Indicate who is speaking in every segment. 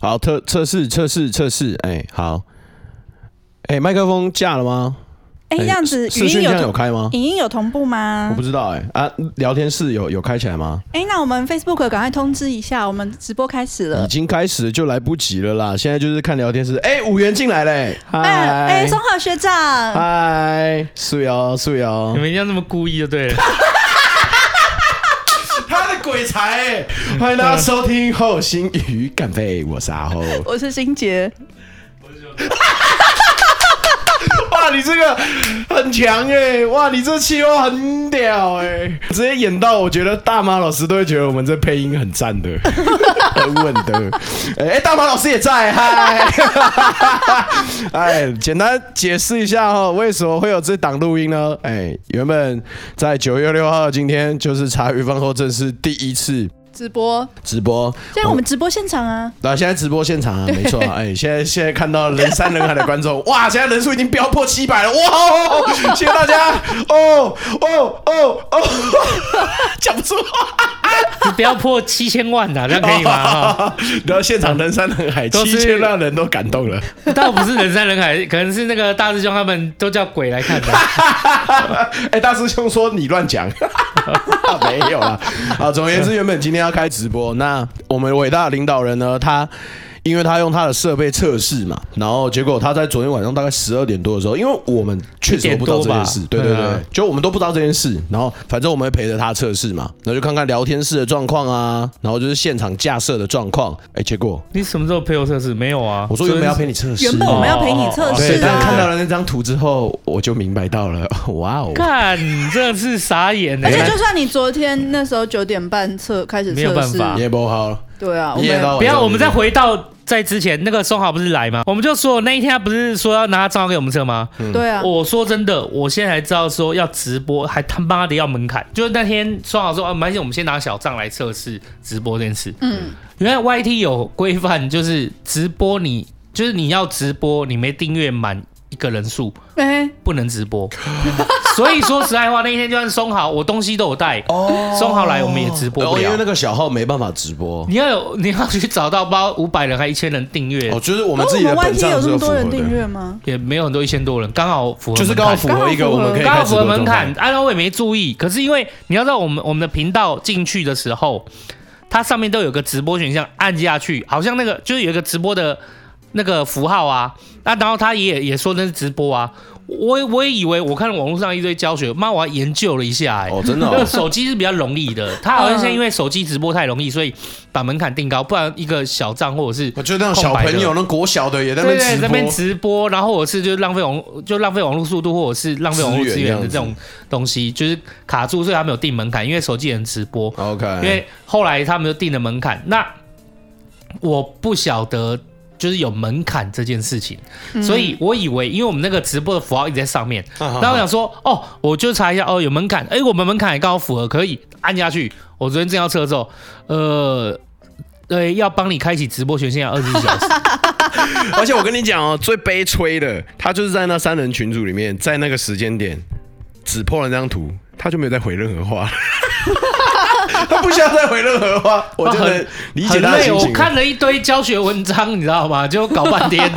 Speaker 1: 好，测测试测试测试，哎、好，哎、麦克风架了吗？
Speaker 2: 哎，
Speaker 1: 哎
Speaker 2: 这样子语
Speaker 1: 视
Speaker 2: 音
Speaker 1: 讯
Speaker 2: 有嗯
Speaker 1: 现在有
Speaker 2: 同
Speaker 1: 开吗？
Speaker 2: 影音有同步
Speaker 1: 我
Speaker 2: 吗
Speaker 1: 不？知道哎、啊，聊天室有有开起来吗？
Speaker 2: 哎，那我们 Facebook 赶快通知一下，我们直播开始
Speaker 1: 已
Speaker 2: 了。
Speaker 1: 经开始就来不及了啦，现在就是看聊天室。哎、五元进来嘞、
Speaker 2: 哎
Speaker 1: 嗨
Speaker 2: 哎，松浩学长，
Speaker 1: 嗨，素瑶素瑶
Speaker 3: 你，们一定要这么故意就对了。
Speaker 1: 他的鬼才、哎欢迎大家收听后心语干杯，我是阿后。
Speaker 2: 我是心杰。
Speaker 1: 哇，你这个很强哎、哇，你这气话很屌哎、直接演到我觉得大妈老师都会觉得我们这配音很赞的， 很稳的。哎、大妈老师也在，嗨， 哎，简单解释一下哦，为什么会有这档录音呢？哎，原本在九月六号今天就是茶余饭后正式第一次
Speaker 2: 直播，
Speaker 1: 直播，
Speaker 2: 现在我们直播现场啊，
Speaker 1: 那、现在直播现场啊，没错啊，哎、现在现在看到人山人海的观 众，哇，现在人数已经飙破七百了，哇、哦，哦谢谢大家，哦哦哦哦， 讲不出话，
Speaker 3: 你不要破七千万啊的、这样可 以
Speaker 1: 哦
Speaker 3: 吗？哈
Speaker 1: 然后现场人山人海，
Speaker 3: 都
Speaker 1: 七
Speaker 3: 是
Speaker 1: 千让人都感动了，
Speaker 3: 哦倒不是人山人海，可能是那个大师兄他们都叫鬼来看的。
Speaker 1: 哎、大师兄说你乱讲， 没有啊。啊，总而言之，原本今天要开直播，那我们伟大的领导人呢，他。因为他用他的设备测试嘛，然后结果他在昨天晚上大概十二点多的时候，因为我们确实都不知道这件事
Speaker 3: 一点多吧，
Speaker 1: 对对
Speaker 3: 对
Speaker 1: 对
Speaker 3: 啊，
Speaker 1: 就我们都不知道这件事，然后反正我们会陪着他测试嘛，那就看看聊天室的状况啊，然后就是现场架设的状况，哎，结果
Speaker 3: 你什么时候陪我测试？没有啊，
Speaker 1: 我说原本要陪你测试，
Speaker 2: 原本我们要陪你测
Speaker 1: 哦对，
Speaker 2: 试
Speaker 1: 但看
Speaker 2: 啊，
Speaker 1: 到了那张图之后，我就明白到了， 哇哦，
Speaker 3: 看，你真的是傻眼呢、欸
Speaker 1: 哎
Speaker 2: 而且就算你昨天那时候九点半测开始
Speaker 3: 没有
Speaker 2: 测
Speaker 3: 办
Speaker 2: 试，
Speaker 3: 法
Speaker 1: 也不好，
Speaker 2: 对啊，我
Speaker 1: 一夜
Speaker 2: 们
Speaker 1: 到晚
Speaker 3: 不要，
Speaker 1: 上
Speaker 3: 我们再回到在之前那个松豪不是来吗？我们就说那一天他不是说要拿他账号给我们测吗？
Speaker 1: 嗯
Speaker 2: 对啊，
Speaker 3: 我说真的，我现在才知道说要直播，还他妈的要门槛。就是那天双好说啊，没关系，我们先拿小账来测试直播这件事。
Speaker 2: 嗯，
Speaker 3: 原来 YT 有规范，就是直播你就是你要直播，你没订阅满一个人数
Speaker 2: 哎，
Speaker 3: 不能直播。 所以说实在话，那一天就算松好，我东西都有带，
Speaker 2: 哦
Speaker 3: 松好来我们也直播不
Speaker 1: 哦哦，因为
Speaker 3: 了
Speaker 1: 那。个小号没办法直播。
Speaker 3: 你要有，你要去找到包五百人还一千人订阅
Speaker 1: 哦，，就是我
Speaker 2: 我
Speaker 1: 们自己的
Speaker 2: 们
Speaker 1: 本
Speaker 2: YT
Speaker 1: 账
Speaker 2: 有
Speaker 1: 是
Speaker 2: 这么
Speaker 1: 符合
Speaker 2: 多人
Speaker 1: 的，
Speaker 2: 订阅吗？
Speaker 3: 也没有很多一千多人，刚好符合门槛，
Speaker 1: 就是刚好符合一个我们可以
Speaker 3: 刚
Speaker 1: 开
Speaker 3: 好
Speaker 1: 直
Speaker 3: 符
Speaker 1: 播
Speaker 3: 合
Speaker 1: 的
Speaker 3: 门
Speaker 1: 状态
Speaker 3: 槛，。安然我也没注意。可是因为你要知道，我们我们的频道进去的时候，它上面都有个直播选项，按下去，好像那个就是有一个直播的那个符号啊。那、然后他也也说那是直播啊。我我也以为我看网络上一堆教学，妈，我还研究了一下、欸，
Speaker 1: 哦，真的
Speaker 3: 那个
Speaker 1: 哦，
Speaker 3: 手机是比较容易的。他好像是因为手机直播太容易，所以把门槛定高，不然一个小账或者是
Speaker 1: 我觉得那种小朋友，那国小的也在那
Speaker 3: 对对，这
Speaker 1: 边
Speaker 3: 边
Speaker 1: 直
Speaker 3: 直播，然后我是就浪费网，就浪费网络速度，或者是浪费网络
Speaker 1: 资源
Speaker 3: 资源的
Speaker 1: 这
Speaker 3: 这
Speaker 1: 样
Speaker 3: 种东西，就是卡住，所以他没有定门槛，因为手机人直播，
Speaker 1: 播。OK，
Speaker 3: 因为后来他们就定了门槛。那我不晓得。就是有门槛这件事情，所以我以为，因为我们那个直播的符号一直在上面，
Speaker 1: 嗯
Speaker 3: 然后我想说，哦，我就查一下，哦，有门槛，哎，我们门槛也刚好符合，可以按下去。我昨天正要测的时候，呃，呃，要帮你开启直播权限要二十四小时，
Speaker 1: 而且我跟你讲哦， 最悲催的，他就是在那三人群组里面，在那个时间点只破了那张图，他就没有再回任何 话， 他不需要再回任何话，我就能理解
Speaker 3: 很
Speaker 1: 他的
Speaker 3: 累，
Speaker 1: 心
Speaker 3: 我
Speaker 1: 情。
Speaker 3: 看了一堆教学文章，你知道吗？就搞半 天，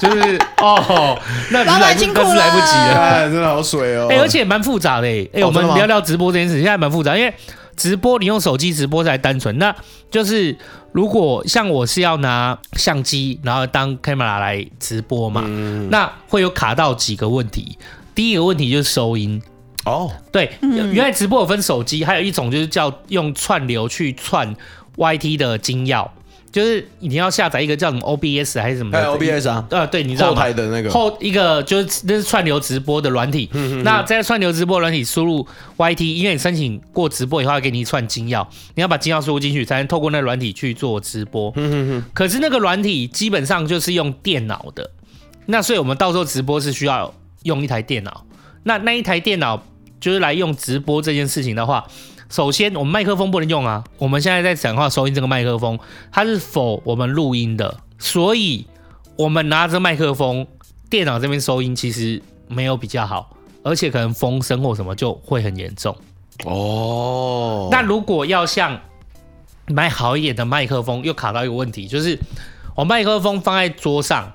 Speaker 3: 就是哦，那
Speaker 2: 老板
Speaker 3: 来不
Speaker 2: 辛苦
Speaker 3: 那是来不及了。
Speaker 1: 哎，真的好水哦！
Speaker 3: 哎、而且蛮复杂的哎、哎、
Speaker 1: 哦
Speaker 3: 我
Speaker 1: 真的吗
Speaker 3: 们聊聊直播这件事，现在蛮复杂，因为直播你用手机直播才单纯，那就是如果像我是要拿相机，然后当 camera 来直播嘛，
Speaker 1: 嗯
Speaker 3: 那会有卡到几个问题。第一个问题就是收音，
Speaker 1: 哦，
Speaker 3: 对，原来直播有分手机，还有一种就是叫用串流去串 YT 的金钥，就是你要下载一个叫什么 OBS 还是什么
Speaker 1: 还
Speaker 3: 的
Speaker 1: 有 OBS 啊，
Speaker 3: 呃，对，你知道
Speaker 1: 后
Speaker 3: 吗
Speaker 1: 台的那个，嗯
Speaker 3: 后一个就是那是串流直播的软体，那在串流直播软体输入 YT，因为你申请过直播以后，要给你一串金钥，你要把金钥输入进去，才能透过那个软体去做直播。
Speaker 1: 嗯
Speaker 3: 可是那个软体基本上就是用电脑的，那所以我们到时候直播是需要用一台电脑。那那一台电脑就是来用直播这件事情的话，首先我们麦克风不能用啊，我们现在在讲话收音这个麦克风，它是否我们录音的，所以我们拿着麦克风，电脑这边收音其实没有比较好，而且可能风声或什么就会很严重。
Speaker 1: 哦，
Speaker 3: 那如果要像买好一点的麦克风，又卡到一个问题，就是我麦克风放在桌上，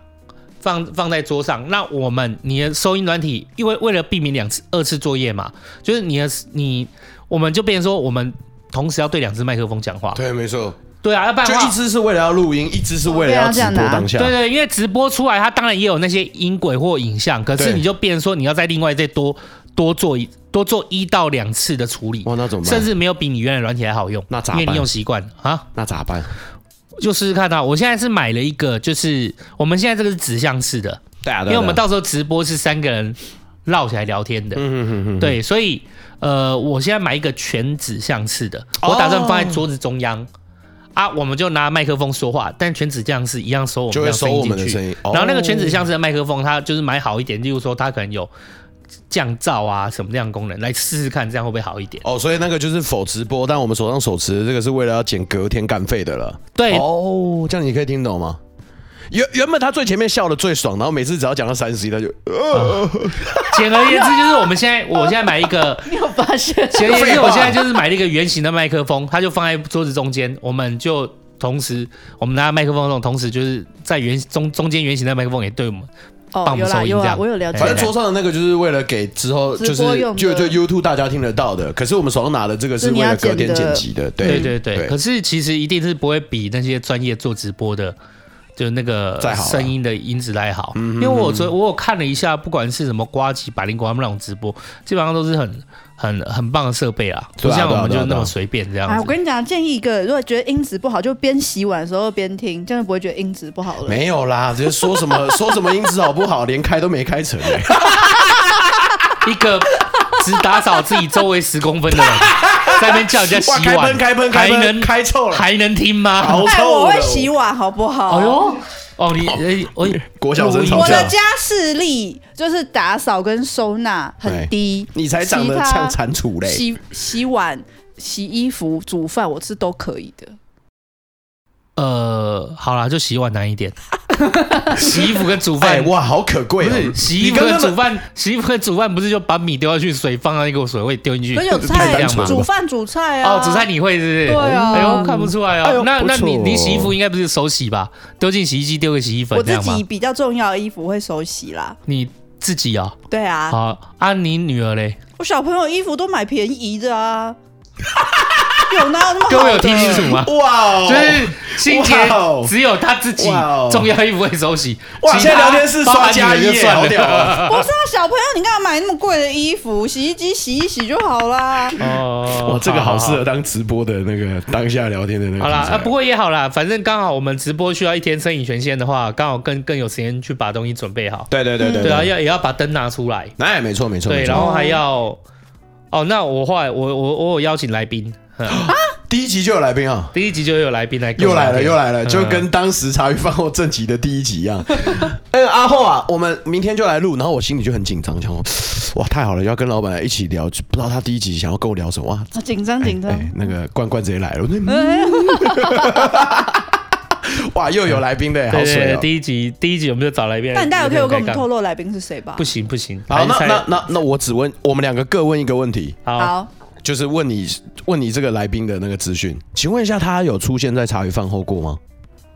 Speaker 3: 放放在桌上。那我们你的收音软体，因为为了避免两次二次作业嘛，就是你的你，我们就变成说我们同时要对两只麦克风讲话。
Speaker 1: 对，没错，
Speaker 3: 对啊，要不然
Speaker 1: 就
Speaker 3: 的话
Speaker 1: 一只是为了要录音，一只是为了要直播当下。
Speaker 3: 对啊对，因为直播出来，它当然也有那些音轨或影像，可是
Speaker 1: 对
Speaker 3: 你就变成说你要在另外再多多做一多做一到两次的处理，
Speaker 1: 哇，哦那怎么
Speaker 3: 甚
Speaker 1: 办？
Speaker 3: 至没有比你原来软体还好用。
Speaker 1: 那咋
Speaker 3: 因
Speaker 1: 办
Speaker 3: 为你用习惯了啊，
Speaker 1: 那咋办？
Speaker 3: 就试试看啊。我现在是买了一个，就是我们现在这个是指向式的，
Speaker 1: 对啊，
Speaker 3: 因为我们到时候直播是三个人唠起来聊天的，
Speaker 1: 嗯嗯嗯
Speaker 3: 对，所以呃，我现在买一个全指向式的，
Speaker 1: 哦
Speaker 3: 我打算放在桌子中央。啊，我们就拿麦克风说话，但全指向式一样收我
Speaker 1: 就
Speaker 3: 们
Speaker 1: 会
Speaker 3: 的
Speaker 1: 收
Speaker 3: 声
Speaker 1: 我
Speaker 3: 音
Speaker 1: 们
Speaker 3: 进
Speaker 1: 的
Speaker 3: 去。
Speaker 1: 声音。哦
Speaker 3: 然后那个全指向式的麦克风，它就是买好一点，例如说它可能有降噪啊什么这样的功能，来试试看这样会不会好一点？
Speaker 1: 哦，所以那个就是否直播，但我们手上手持的这个是为了要捡隔天干费的了。
Speaker 3: 对，
Speaker 1: 哦，这样你可以听懂吗？原原本他最前面笑的最爽，然后每次只要讲到三十一，他就呃，
Speaker 3: 简而言之就是我们现在，我现在买一个，
Speaker 2: 你有发现？
Speaker 3: 简而 言
Speaker 1: 废
Speaker 3: 之
Speaker 1: 话
Speaker 3: 我现在就是买了一个圆形的麦克风，它就放在桌子中间，我们就同时我们拿麦克风那种，同时就是在圆中中间圆形的麦克风也对我们
Speaker 2: 哦
Speaker 3: 棒，
Speaker 2: 有
Speaker 3: 收
Speaker 2: 啦
Speaker 3: 音
Speaker 2: 有
Speaker 3: 这
Speaker 2: 啦，
Speaker 3: 样
Speaker 2: 我有了解
Speaker 1: 反。正桌上的那个就是为了给之后就
Speaker 2: 直播
Speaker 1: 是
Speaker 2: 用的
Speaker 1: 就就 YouTube 大家听得到的，可是我们手上拿的这个是
Speaker 2: 是你
Speaker 1: 为
Speaker 2: 要
Speaker 1: 了隔天
Speaker 2: 剪
Speaker 1: 剪
Speaker 2: 的
Speaker 1: 辑的，
Speaker 3: 对
Speaker 1: 对
Speaker 3: 对对，可是其实一定是不会比那些专业做直播的，就那个
Speaker 1: 再好嗯啊
Speaker 3: 声音的音质来好。因为我昨我有看了一下，不管是什么瓜吉、百灵果他们那种直播，基本上都是很很很棒的设备啊，
Speaker 1: 对
Speaker 3: 不
Speaker 1: 啊
Speaker 3: 像我们
Speaker 1: 对啊对啊
Speaker 3: 就那
Speaker 1: 对啊
Speaker 3: 么随便这样
Speaker 2: 啊，我
Speaker 3: 子。
Speaker 2: 跟你讲，建议一个，如果觉得音质不好，就边洗碗的时候边听，这样就不会觉得音质不好了。
Speaker 1: 没有啦，就是说什么 说什么音质好不好，连开都没开成、 欸。
Speaker 3: 一个只打扫自己周围十公分 的人，在那边叫人家洗
Speaker 1: 哇，开
Speaker 3: 碗，
Speaker 1: 喷开喷开
Speaker 3: 还
Speaker 1: 喷，
Speaker 3: 能
Speaker 1: 开臭了，
Speaker 3: 还能听吗？
Speaker 1: 好啊
Speaker 2: 哎，
Speaker 1: 臭
Speaker 2: 我
Speaker 1: 了
Speaker 2: 会洗碗，好不好？
Speaker 3: 哎呦，哦你哎我
Speaker 1: 国小生吵
Speaker 2: 我
Speaker 1: 架
Speaker 2: 的，家视力就是打扫跟收纳很低，
Speaker 1: 你才长得
Speaker 2: 其
Speaker 1: 像
Speaker 2: 他
Speaker 1: 蟾蜍嘞。
Speaker 2: 洗洗碗、洗衣服、煮饭，我是都可以的。
Speaker 3: 嗯呃好啦，就洗碗难 一点，洗衣服跟煮
Speaker 1: 哎
Speaker 3: 饭
Speaker 1: 哇，好可贵、
Speaker 3: 不
Speaker 1: 哦！
Speaker 3: 是洗衣
Speaker 1: 你
Speaker 3: 服
Speaker 1: 跟
Speaker 3: 跟
Speaker 1: 他们
Speaker 3: 煮饭，洗衣服跟煮饭不是就把米丢下去，水放到一个水位丢进去，
Speaker 2: 可是有
Speaker 1: 太
Speaker 2: 菜啊
Speaker 1: 单纯
Speaker 3: 嘛
Speaker 1: 了吧
Speaker 2: 煮饭、煮菜啊，
Speaker 3: 哦，煮菜你会是不是？
Speaker 2: 对啊
Speaker 3: 哎呦，看不出来
Speaker 1: 哎
Speaker 3: 哦
Speaker 1: 呦。
Speaker 3: 那
Speaker 1: 不
Speaker 3: 那
Speaker 1: 错
Speaker 3: 你
Speaker 1: 哦
Speaker 3: 你洗衣服应该不是手洗吧？丢进洗衣机丢个洗衣粉
Speaker 2: 我
Speaker 3: 这
Speaker 2: 自
Speaker 3: 样吗
Speaker 2: 己？比较重要的衣服会手洗啦。
Speaker 3: 你自己哦，
Speaker 2: 对啊，
Speaker 3: 好啊，你女儿嘞？
Speaker 2: 我小朋友衣服都买便宜的啊， 有哪有那么好的？
Speaker 3: 各位有听清楚吗？
Speaker 1: 嗯哇哦，
Speaker 3: 就是心杰
Speaker 1: 哇哦
Speaker 3: 只有她自己
Speaker 1: 哇哦
Speaker 3: 重要衣服会手洗，
Speaker 1: 哇，
Speaker 3: 其他
Speaker 1: 现在聊天室
Speaker 3: 包
Speaker 1: 刷
Speaker 3: 含女
Speaker 1: 加
Speaker 3: 儿
Speaker 1: 一
Speaker 3: 就
Speaker 1: 耶，
Speaker 3: 算
Speaker 1: 好
Speaker 3: 了。
Speaker 1: 屌 啊！
Speaker 2: 不是啊，小朋友，你干嘛买那么贵的衣服？洗衣机洗一洗就好
Speaker 1: 哎
Speaker 2: 啦。
Speaker 3: 哦
Speaker 1: 哇，这个好适合当直播的那个当下聊天的那个。
Speaker 3: 好啦，啊，不，过也好啦，反正刚好我们直播需要一天生影权限的话，刚好更更有时间去把东西准备好。
Speaker 1: 对对对对
Speaker 3: 对啊，，要也要把灯拿出来，
Speaker 1: 哎，没错没错。
Speaker 3: 对，
Speaker 1: 没错
Speaker 3: 然后还要哦，那我后来我我我有邀请来宾，嗯
Speaker 1: 第一集就有来宾啊。
Speaker 3: 第一集就有来宾来跟
Speaker 1: 又
Speaker 3: 我
Speaker 1: 来
Speaker 3: 聊
Speaker 1: 了，
Speaker 3: 天，
Speaker 1: 又来了，
Speaker 3: 嗯
Speaker 1: 就跟当时茶余饭后正集的第一集一 样。嗯，阿后啊，我们明天就来录，然后我心里就很紧张，想说， 哇，太好了，要跟老板一起聊，就不知道他第一集想要跟我聊什么哇。
Speaker 2: 啊紧张紧张。
Speaker 1: 哎，那个罐罐直接来了，我 说嗯 哇，又有来宾的，好
Speaker 3: 对对
Speaker 1: 水
Speaker 3: 对，
Speaker 1: 哦。
Speaker 3: 第一集第一集我们就找来宾来，
Speaker 2: 但你大概可以跟我们透
Speaker 3: 露，
Speaker 2: 露来宾是谁吧
Speaker 3: 不？行不行，
Speaker 1: 好，那
Speaker 3: 还是
Speaker 1: 那那那我只问我们两个各问一个问题，
Speaker 3: 好，
Speaker 2: 好，
Speaker 1: 就是问你问你这个来宾的那个资讯，请问一下，他有出现在茶余饭后过吗？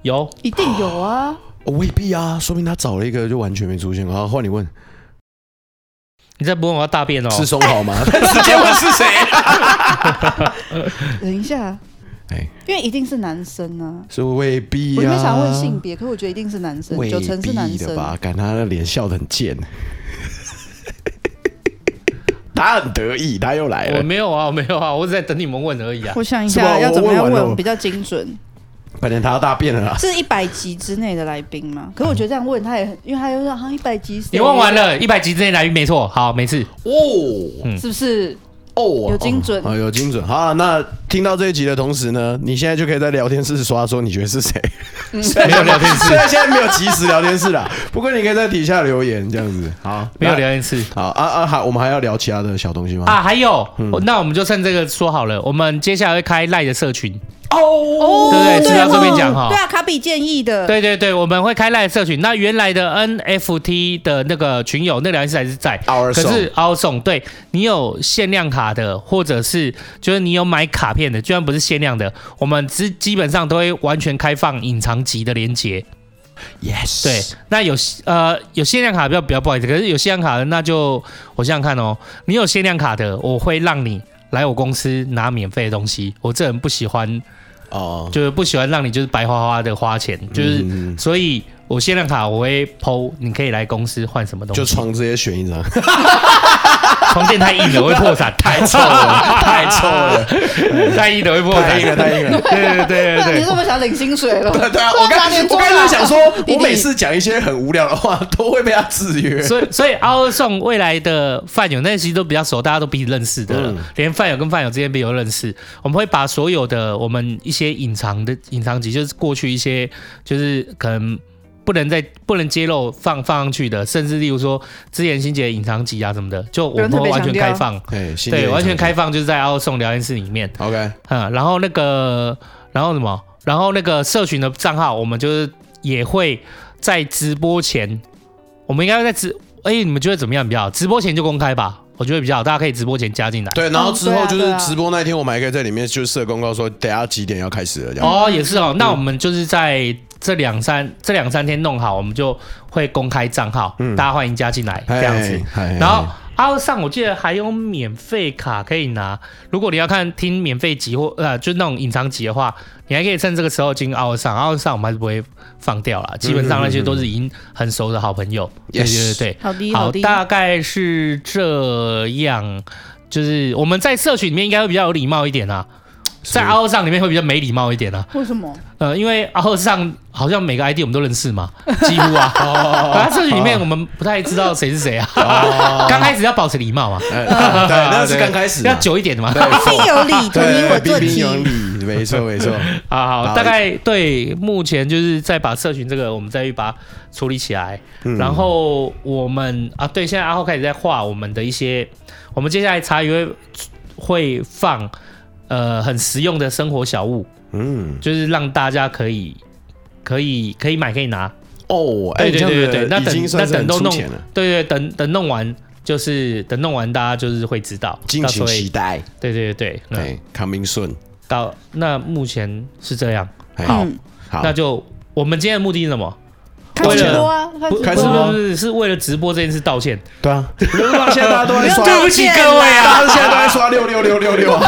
Speaker 3: 有
Speaker 2: 一定有啊。
Speaker 1: 哦未必啊，说明他找了一个就完全没出现。好，换你问，
Speaker 3: 你再不问我要大便哦，
Speaker 1: 是松好 吗？直接问是谁？
Speaker 2: 等一下，
Speaker 1: 哎，
Speaker 2: 因为一定是男生啊。
Speaker 1: 是未必
Speaker 2: 我
Speaker 1: 啊。
Speaker 2: 原本想问性别，可我觉得一定是男生，
Speaker 1: 未
Speaker 2: 九成是男
Speaker 1: 必的
Speaker 2: 生。
Speaker 1: 吧？感他的脸笑得很贱， 他很得意，他又来
Speaker 3: 我
Speaker 1: 了。
Speaker 3: 没有啊，我没有啊，我只在等你们问而已啊。
Speaker 2: 我想一
Speaker 1: 是吧
Speaker 2: 下
Speaker 1: 我
Speaker 2: 要怎么样
Speaker 1: 我问完了
Speaker 2: 问比较精准，
Speaker 1: 快点，他要大便了啦！
Speaker 2: 是一百集之内的来宾吗？可我觉得这样问他也很，因为他又说好像一百集谁，啊
Speaker 3: 你问完了，一百集之内来宾没错，好，没事。
Speaker 1: 哦
Speaker 3: 嗯
Speaker 2: 是不是？
Speaker 1: 哦，
Speaker 2: 有精准
Speaker 1: 哦，有精准。好啊，那听到这一集的同时呢，你现在就可以在聊天室刷说你觉得是谁。
Speaker 2: 嗯
Speaker 3: 没有聊天 室
Speaker 1: 虽然现在没有即时聊天室啦，不过你可以在底下留言这样子。好，
Speaker 3: 没有
Speaker 1: 那
Speaker 3: 聊天室
Speaker 1: 好啊啊，还我们还要聊其他的小东西吗？
Speaker 3: 啊，还有，
Speaker 1: 嗯
Speaker 3: 哦那我们就趁这个说好了，我们接下来会开赖的社群。
Speaker 2: 哦
Speaker 3: 对对
Speaker 2: 对
Speaker 3: 是要这边
Speaker 2: 哦
Speaker 3: 讲哈
Speaker 2: 对啊，卡比建议
Speaker 1: 嗯
Speaker 2: 的，
Speaker 3: 对对对，我们会开赖社群。那原来的 NFT 的那个群友那聊天室还是在，
Speaker 1: Our
Speaker 3: 可是 o u t 对你有限量卡的，或者是就是你有买卡片的，居然不是限量的，我们基基本上都会完全开放隐藏级的连接。
Speaker 1: Yes，
Speaker 3: 对，那有呃有限量卡比较比较不好意思，可是有限量卡的那就我想想看哦，你有限量卡的，我会让你来我公司拿免费的东西。我这人不喜欢，
Speaker 1: 哦，
Speaker 3: 就是不喜欢让你就是白花花的花钱，就是、
Speaker 1: 嗯
Speaker 3: 所以我限量卡我会剖，你可以来公司换什么东
Speaker 1: 就
Speaker 3: 西。
Speaker 1: 床直接选一张，
Speaker 3: 床垫太硬了会破产，太
Speaker 1: 臭了，太臭了，
Speaker 3: 太硬了会破产，
Speaker 1: 太硬了，太硬了。
Speaker 3: 对对对对
Speaker 2: 那你
Speaker 3: 对
Speaker 2: 是。不是想领薪水 了？
Speaker 1: 对啊，我刚
Speaker 2: 拿点
Speaker 1: 我
Speaker 2: 桌
Speaker 1: 刚才
Speaker 2: 啦
Speaker 1: 在想说，
Speaker 2: 弟
Speaker 1: 我
Speaker 2: 弟
Speaker 1: 每次讲一些很无聊的话，都会被他制 约。
Speaker 3: 所以，所以阿二送未来的饭友那其实都比较熟，大家都彼此认识的了，
Speaker 1: 嗯
Speaker 3: 连饭友跟饭友之间彼此都认识。我们会把所有的我们一些隐藏的隐藏集，就是过去一些就是可能不能再不能揭露放放上去的，甚至例如说之前欣姐的隐藏集啊什么的，就我们
Speaker 2: 不用特
Speaker 3: 会
Speaker 2: 别
Speaker 3: 完
Speaker 2: 强
Speaker 3: 全
Speaker 2: 调
Speaker 3: 开放，
Speaker 1: 哎，新年
Speaker 3: 对，完
Speaker 1: 场景
Speaker 3: 全开放就是在阿二送聊天室里面。
Speaker 1: OK，
Speaker 3: 嗯，然后那个，然后什么？然后那个社群的账号，我们就是也会在直播前，我们应该会在直，哎、你们觉得怎么样比较好？直播前就公开吧，我觉得比较好，大家可以直播前加进来。
Speaker 1: 对，然后
Speaker 2: 哦
Speaker 1: 之后就是
Speaker 2: 对啊对啊
Speaker 1: 直播那一天，我们还可以在里面就设公告说，等下几点要开始了，这样。
Speaker 3: 哦，也是哦，那我们就是在这两三这两三天弄好，我们就会公开账号，大家欢迎加进来
Speaker 1: 哎
Speaker 3: 这样子。
Speaker 1: 嘿，嘿
Speaker 3: 然后阿上我记得还有免费卡可以拿，如果你要看听免费集或呃就是那种隐藏集的话，你还可以趁这个时候进奥上，奥上我们还是不会放掉啦，基本上那些都是已经很熟的好朋友，对
Speaker 1: Yes
Speaker 3: 对对
Speaker 2: 好的
Speaker 3: 对，
Speaker 2: 好
Speaker 3: 好，
Speaker 2: 的，
Speaker 3: 大概是这样。就是我们在社群里面应该会比较有礼貌一点啊，在
Speaker 1: 是
Speaker 3: 阿上里面会比较没礼貌一点啊。
Speaker 2: 为什么？
Speaker 3: 呃，因为阿后上好像每个 ID 我们都认识嘛，几乎 啊。啊，社群里面我们不太知道谁是谁啊。刚开始要保持 礼貌嘛，
Speaker 1: 哦
Speaker 3: 啊
Speaker 1: 哎对， 那是刚开始嘛，
Speaker 3: 要久一点的嘛。
Speaker 1: 对
Speaker 2: 彬 彬有礼，同你
Speaker 1: 对，
Speaker 2: 我做
Speaker 1: 彬彬
Speaker 2: 题。
Speaker 1: 有礼，没错没错。
Speaker 3: 啊，
Speaker 1: 好
Speaker 3: 好，大概对，目前就是再把社群这个，我们再去把它处理起来。
Speaker 1: 嗯
Speaker 3: 然后我们啊，对，现在阿浩开始在画我们的一些，我们接下来茶余会会放呃很实用的生活小物，
Speaker 1: 嗯，
Speaker 3: 就是让大家可以可以可以买可以拿。
Speaker 1: 哦，哎，这
Speaker 3: 对对
Speaker 1: 样
Speaker 3: 对
Speaker 1: 子
Speaker 3: 对，那
Speaker 1: 已
Speaker 3: 等
Speaker 1: 经算
Speaker 3: 那
Speaker 1: 是很
Speaker 3: 等都
Speaker 1: 粗
Speaker 3: 弄
Speaker 1: 浅了，，
Speaker 3: 对对，等等弄完就是等弄完，大家就是会知道，
Speaker 1: 敬
Speaker 3: 到时
Speaker 1: 请
Speaker 3: 候会
Speaker 1: 期待。哎
Speaker 3: 对对对对，嗯那
Speaker 1: 对，coming soon。
Speaker 3: 到那目前是这样，
Speaker 1: 哎
Speaker 3: 好
Speaker 2: 嗯，
Speaker 1: 好，
Speaker 3: 那就我们今天的目的是什么？
Speaker 2: 看直播啊，
Speaker 3: 不
Speaker 1: 开
Speaker 2: 看
Speaker 1: 直
Speaker 2: 直
Speaker 3: 不
Speaker 1: 播
Speaker 3: 是
Speaker 1: 吗
Speaker 3: 不是是为了直播这件事道歉，
Speaker 1: 对啊，你不是让现在大家都在刷，
Speaker 3: 对不起各位啊，
Speaker 1: 大家现在都在刷六六六六六啊。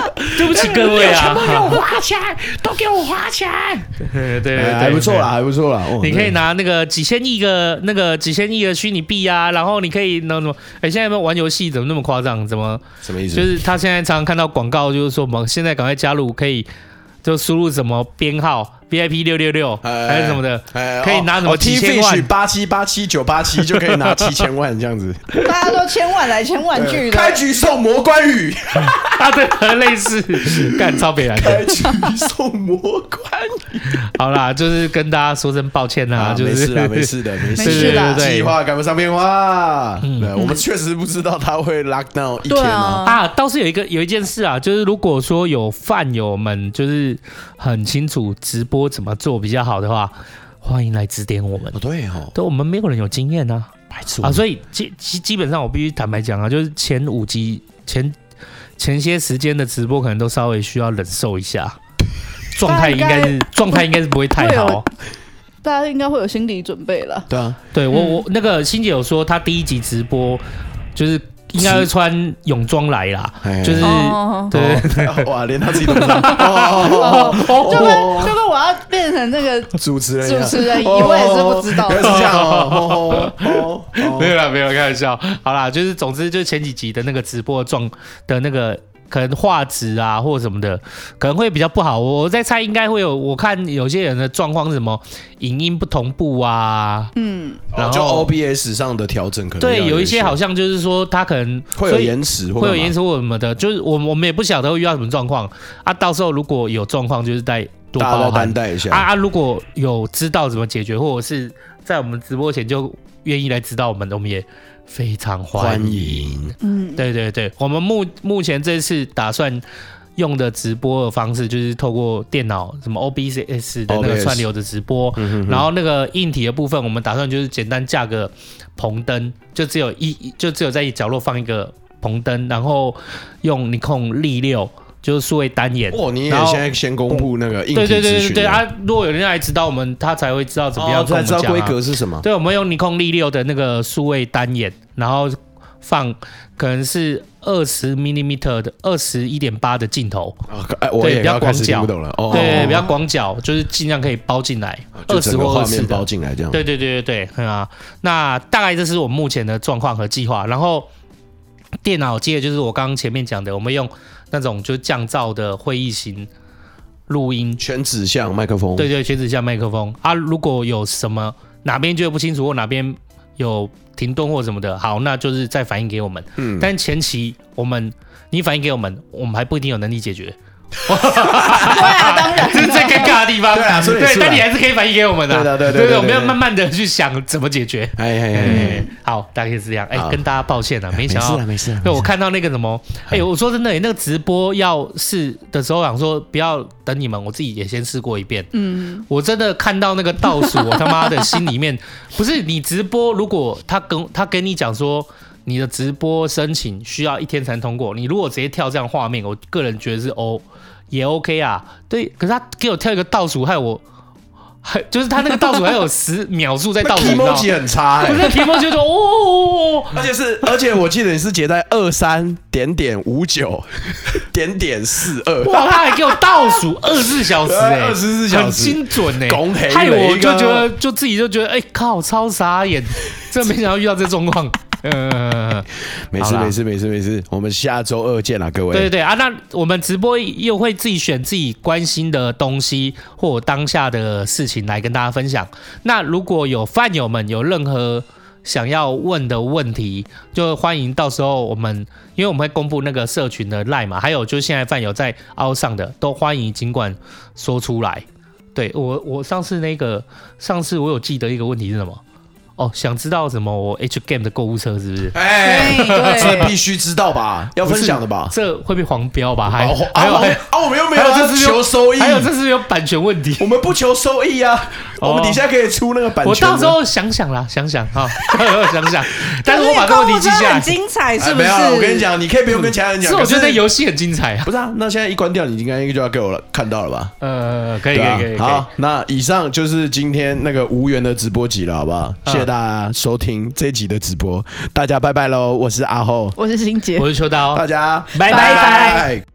Speaker 3: 对不起各
Speaker 1: 哎
Speaker 3: 位啊，
Speaker 1: 花钱，都给我花钱，
Speaker 3: 对对对，
Speaker 1: 哎还不错啦，。还不错啦。哦
Speaker 3: 你可以，拿那个几千亿个那个几千亿的虚拟币啊，然后你可以那什么？哎，现在有没有玩游戏怎么那么夸张？怎么
Speaker 1: 对什么意思？
Speaker 3: 就是他现在常常看到广告，就是说我们现在赶快加入，可以就输入什么编号 VIP 六六六
Speaker 1: 哎
Speaker 3: 还是什么的，
Speaker 1: 哎
Speaker 3: 可以拿什么几千万
Speaker 1: 八七八七九八七就可以拿七千万这样子。
Speaker 2: 大家都千万来千万去的，
Speaker 1: 开局送魔关羽，
Speaker 3: 啊，对，很类似， 干超北蓝 的。
Speaker 1: 开局送魔 关羽。
Speaker 3: 好啦，就是跟大家说声抱歉啦，
Speaker 1: 啊，
Speaker 3: 就
Speaker 1: 没
Speaker 3: 是
Speaker 1: 事啦，没事的，没
Speaker 2: 没
Speaker 1: 事
Speaker 2: 事
Speaker 1: 的。
Speaker 2: 啦
Speaker 3: 对对对嗯
Speaker 1: 计划赶不上变化。对，我们确实不知道他会 lock down 一
Speaker 2: 对
Speaker 1: 天啊。
Speaker 2: 啊，
Speaker 3: 啊，倒是有一个有一件事啊，就是如果说有饭友们就是很清楚直播怎么做比较好的话，欢迎来指点我们。
Speaker 1: 哦，对哦，
Speaker 3: 对，我们没有人有经验啊，
Speaker 1: 白痴
Speaker 3: 啊，所以基基基本上我必须坦白讲啊，就是前五集前前些时间的直播可能都稍微需要忍受一下， 状态应该是状态应该是不会太
Speaker 2: 会
Speaker 3: 好
Speaker 2: 有。大家应该会有心理准备了。
Speaker 1: 对啊，
Speaker 3: 对
Speaker 2: 嗯
Speaker 3: 我我那个欣姐有说，她第一集直播就是应该会穿泳装来啦，
Speaker 1: 哎
Speaker 3: 就是
Speaker 2: 哦
Speaker 3: 对。
Speaker 1: 哦 哇，连他自己都不知道。哦哦哦
Speaker 2: 就
Speaker 1: 哦
Speaker 2: 跟就跟我要变成那个
Speaker 1: 主持人一样，
Speaker 2: 主持人一样我也是不知道
Speaker 1: 哦原来是这样哦哦哦哦
Speaker 3: 没
Speaker 1: 哦，
Speaker 3: 有啦，没有啦，开玩笑。好啦，就是总之就是前几集的那个直播状的那个。可能画质啊，或什么的，可能会比较不好。我我在猜，应该会有。我看有些人的状况是什么，影音不同步啊，
Speaker 2: 嗯，
Speaker 1: 然
Speaker 3: 然
Speaker 1: 后
Speaker 3: 后
Speaker 1: 就 OBS 上的调整可能
Speaker 3: 对，
Speaker 1: 要
Speaker 3: 有
Speaker 1: 一
Speaker 3: 一些好像就是说他可能
Speaker 1: 会有
Speaker 3: 所以
Speaker 1: 延迟，
Speaker 3: 会有延，迟或什么的，就是我们我们也不晓得会遇到什么状况啊。到时候如果有状况，就是再多
Speaker 1: 大家
Speaker 3: 包
Speaker 1: 都担
Speaker 3: 涵
Speaker 1: 待一下
Speaker 3: 啊啊。如果有知道怎么解决，或者是在我们直播前就愿意来指导我们，我们也非常欢
Speaker 1: 欢
Speaker 3: 迎。
Speaker 1: 迎，
Speaker 2: 嗯，
Speaker 3: 对对对，我们目目前这次打算用的直播的方式，就是透过电脑什么 OBS 的那
Speaker 1: OBS
Speaker 3: 个串流的直播，然后那个硬体的部分，我们打算就是简单架个棚灯，就只有一就只有在角落放一个棚灯，然后用你控力六就是数位单眼。
Speaker 1: 哇，你也
Speaker 3: 然后
Speaker 1: 现在先公布那个硬
Speaker 3: 对
Speaker 1: 体
Speaker 3: 对
Speaker 1: 资
Speaker 3: 对
Speaker 1: 讯
Speaker 3: 对
Speaker 1: 了，
Speaker 3: 对，啊，如果有人来指导我们，他才会知道怎么
Speaker 1: 哦
Speaker 3: 样跟
Speaker 1: 才
Speaker 3: 我们
Speaker 1: 知
Speaker 3: 讲、
Speaker 1: 道
Speaker 3: 啊
Speaker 1: 规格是什么。
Speaker 3: 对，我们用尼控 D 六的那个数位单眼，然后放可能是二十 mm 的二十一点八的镜头，
Speaker 1: 啊，哎，我
Speaker 3: 对
Speaker 1: 也
Speaker 3: 比较
Speaker 1: 要开始听
Speaker 3: 广角
Speaker 1: 不懂了。哦，
Speaker 3: 对，
Speaker 1: 哦
Speaker 3: 比较广角，就是尽量可以包进来
Speaker 1: 哦
Speaker 3: 二
Speaker 1: 就
Speaker 3: 十
Speaker 1: 整个
Speaker 3: 或
Speaker 1: 画
Speaker 3: 二十
Speaker 1: 面包
Speaker 3: 的。
Speaker 1: 进来这样。
Speaker 3: 对对对对对，嗯啊，那大概这是我们目前的状况和计划。然后电脑界就是我刚刚前面讲的，我们用那种就是降噪的会议型录音
Speaker 1: 全指向麦克风，
Speaker 3: 对对，全指向麦克风啊。如果有什么哪边觉得不清楚或哪边有停顿或什么的，好，那就是再反映给我们。
Speaker 1: 嗯
Speaker 3: 但前期我们你反映给我们，我们还不一定有能力解 决。
Speaker 2: 对啊，当然
Speaker 3: 这是最尴尬的地方。
Speaker 1: 对啊所以
Speaker 3: 对
Speaker 1: 是，啊
Speaker 3: 但你还是可以反映给我们的啊。
Speaker 1: 对的对的
Speaker 3: 对
Speaker 1: 对的
Speaker 3: 我们要
Speaker 1: 对的
Speaker 3: 慢慢的去想怎么解决。
Speaker 1: 哎哎 哎
Speaker 3: 哎，好，大概是这样。哎
Speaker 1: 好，
Speaker 3: 跟大家抱歉啊，
Speaker 1: 哎，
Speaker 3: 没想到。
Speaker 1: 没事啊
Speaker 3: 对，我看到那个什么，哎、我说真的、那个直播要试的时候，想说不要等你们，我自己也先试过一遍。
Speaker 2: 嗯，
Speaker 3: 我真的看到那个倒数，我他妈的心里面不是你直播，如果他跟他跟你讲说你的直播申请需要一天才通过，你如果直接跳这样画面，我个人觉得是哦也 OK 啊，对，可是他给我跳一个倒数，害我还就是他那个倒数还有十秒数在倒数，你知道吗
Speaker 1: emoji 很差
Speaker 3: 不
Speaker 1: 哎。
Speaker 3: 是提莫就说哦哦，哦哦
Speaker 1: 而且是，而且我记得你是截在二三点点五九 点点四二，
Speaker 3: 哇，他还给我倒 数二十四小时、哎，
Speaker 1: 24小时
Speaker 3: 很精准哎、
Speaker 1: 恭喜
Speaker 3: 害我
Speaker 1: 每一
Speaker 3: 就
Speaker 1: 个
Speaker 3: 觉得，就自己就觉得，哎、靠，超傻眼，真没想到遇到这状况。呃，
Speaker 1: 没
Speaker 3: 好
Speaker 1: 事
Speaker 3: 啦
Speaker 1: 没事没事没事，我们下周二见啦，各位。
Speaker 3: 对对对啊，那我们直播又会自己选自己关心的东西或当下的呃事情来跟大家分享。那如果有饭友们有任何想要问的问题，就欢迎到时候我们，因为我们会公布那个社群的 line 嘛，还有就是现在饭友在凹上的，都欢迎尽管说出来。对我，我上次那个，上次我有记得一个问题是什么？哦，想知道什么？我 H Game 的购物车是不是？
Speaker 1: 哎，
Speaker 2: 对 对
Speaker 1: 这必须哦知道吧？要分享的吧？
Speaker 3: 这会被黄标吧？还
Speaker 1: 啊我
Speaker 3: 哎还有
Speaker 1: 啊
Speaker 3: 还有
Speaker 1: 我啊，我们又没
Speaker 3: 还
Speaker 1: 有
Speaker 3: 有这
Speaker 1: 要
Speaker 3: 是
Speaker 1: 求收益，
Speaker 3: 还有这是有版权问题。
Speaker 1: 我们不求收益啊，
Speaker 3: 哦
Speaker 1: 我们底下可以出那个版权的。
Speaker 3: 我到时候想想啦，想想 哈，想想。但是我把这
Speaker 2: 可
Speaker 3: 个
Speaker 2: 你
Speaker 3: 问题记
Speaker 2: 购物车
Speaker 3: 下来
Speaker 2: 很，精彩，
Speaker 1: 哎
Speaker 2: 是不
Speaker 1: 没
Speaker 2: 是？
Speaker 1: 有啊，我跟你，讲，你可以不用跟其他人讲。
Speaker 3: 是我觉
Speaker 1: 可
Speaker 3: 得游戏很精彩啊。
Speaker 1: 不是啊，那现在一关掉，你应该就要给我了，看到了吧？
Speaker 3: 呃，可以
Speaker 1: 对
Speaker 3: 可
Speaker 1: 啊
Speaker 3: 以可以，可以
Speaker 1: 好，那以上就是今天那个无缘的直播集了，好不
Speaker 3: 啊
Speaker 1: 好？谢谢大家收听这一集的直播，大家拜拜喽！我是阿厚，
Speaker 2: 我是欣杰，
Speaker 3: 我是秋刀，
Speaker 1: 大家
Speaker 3: 拜
Speaker 2: 拜
Speaker 1: 拜。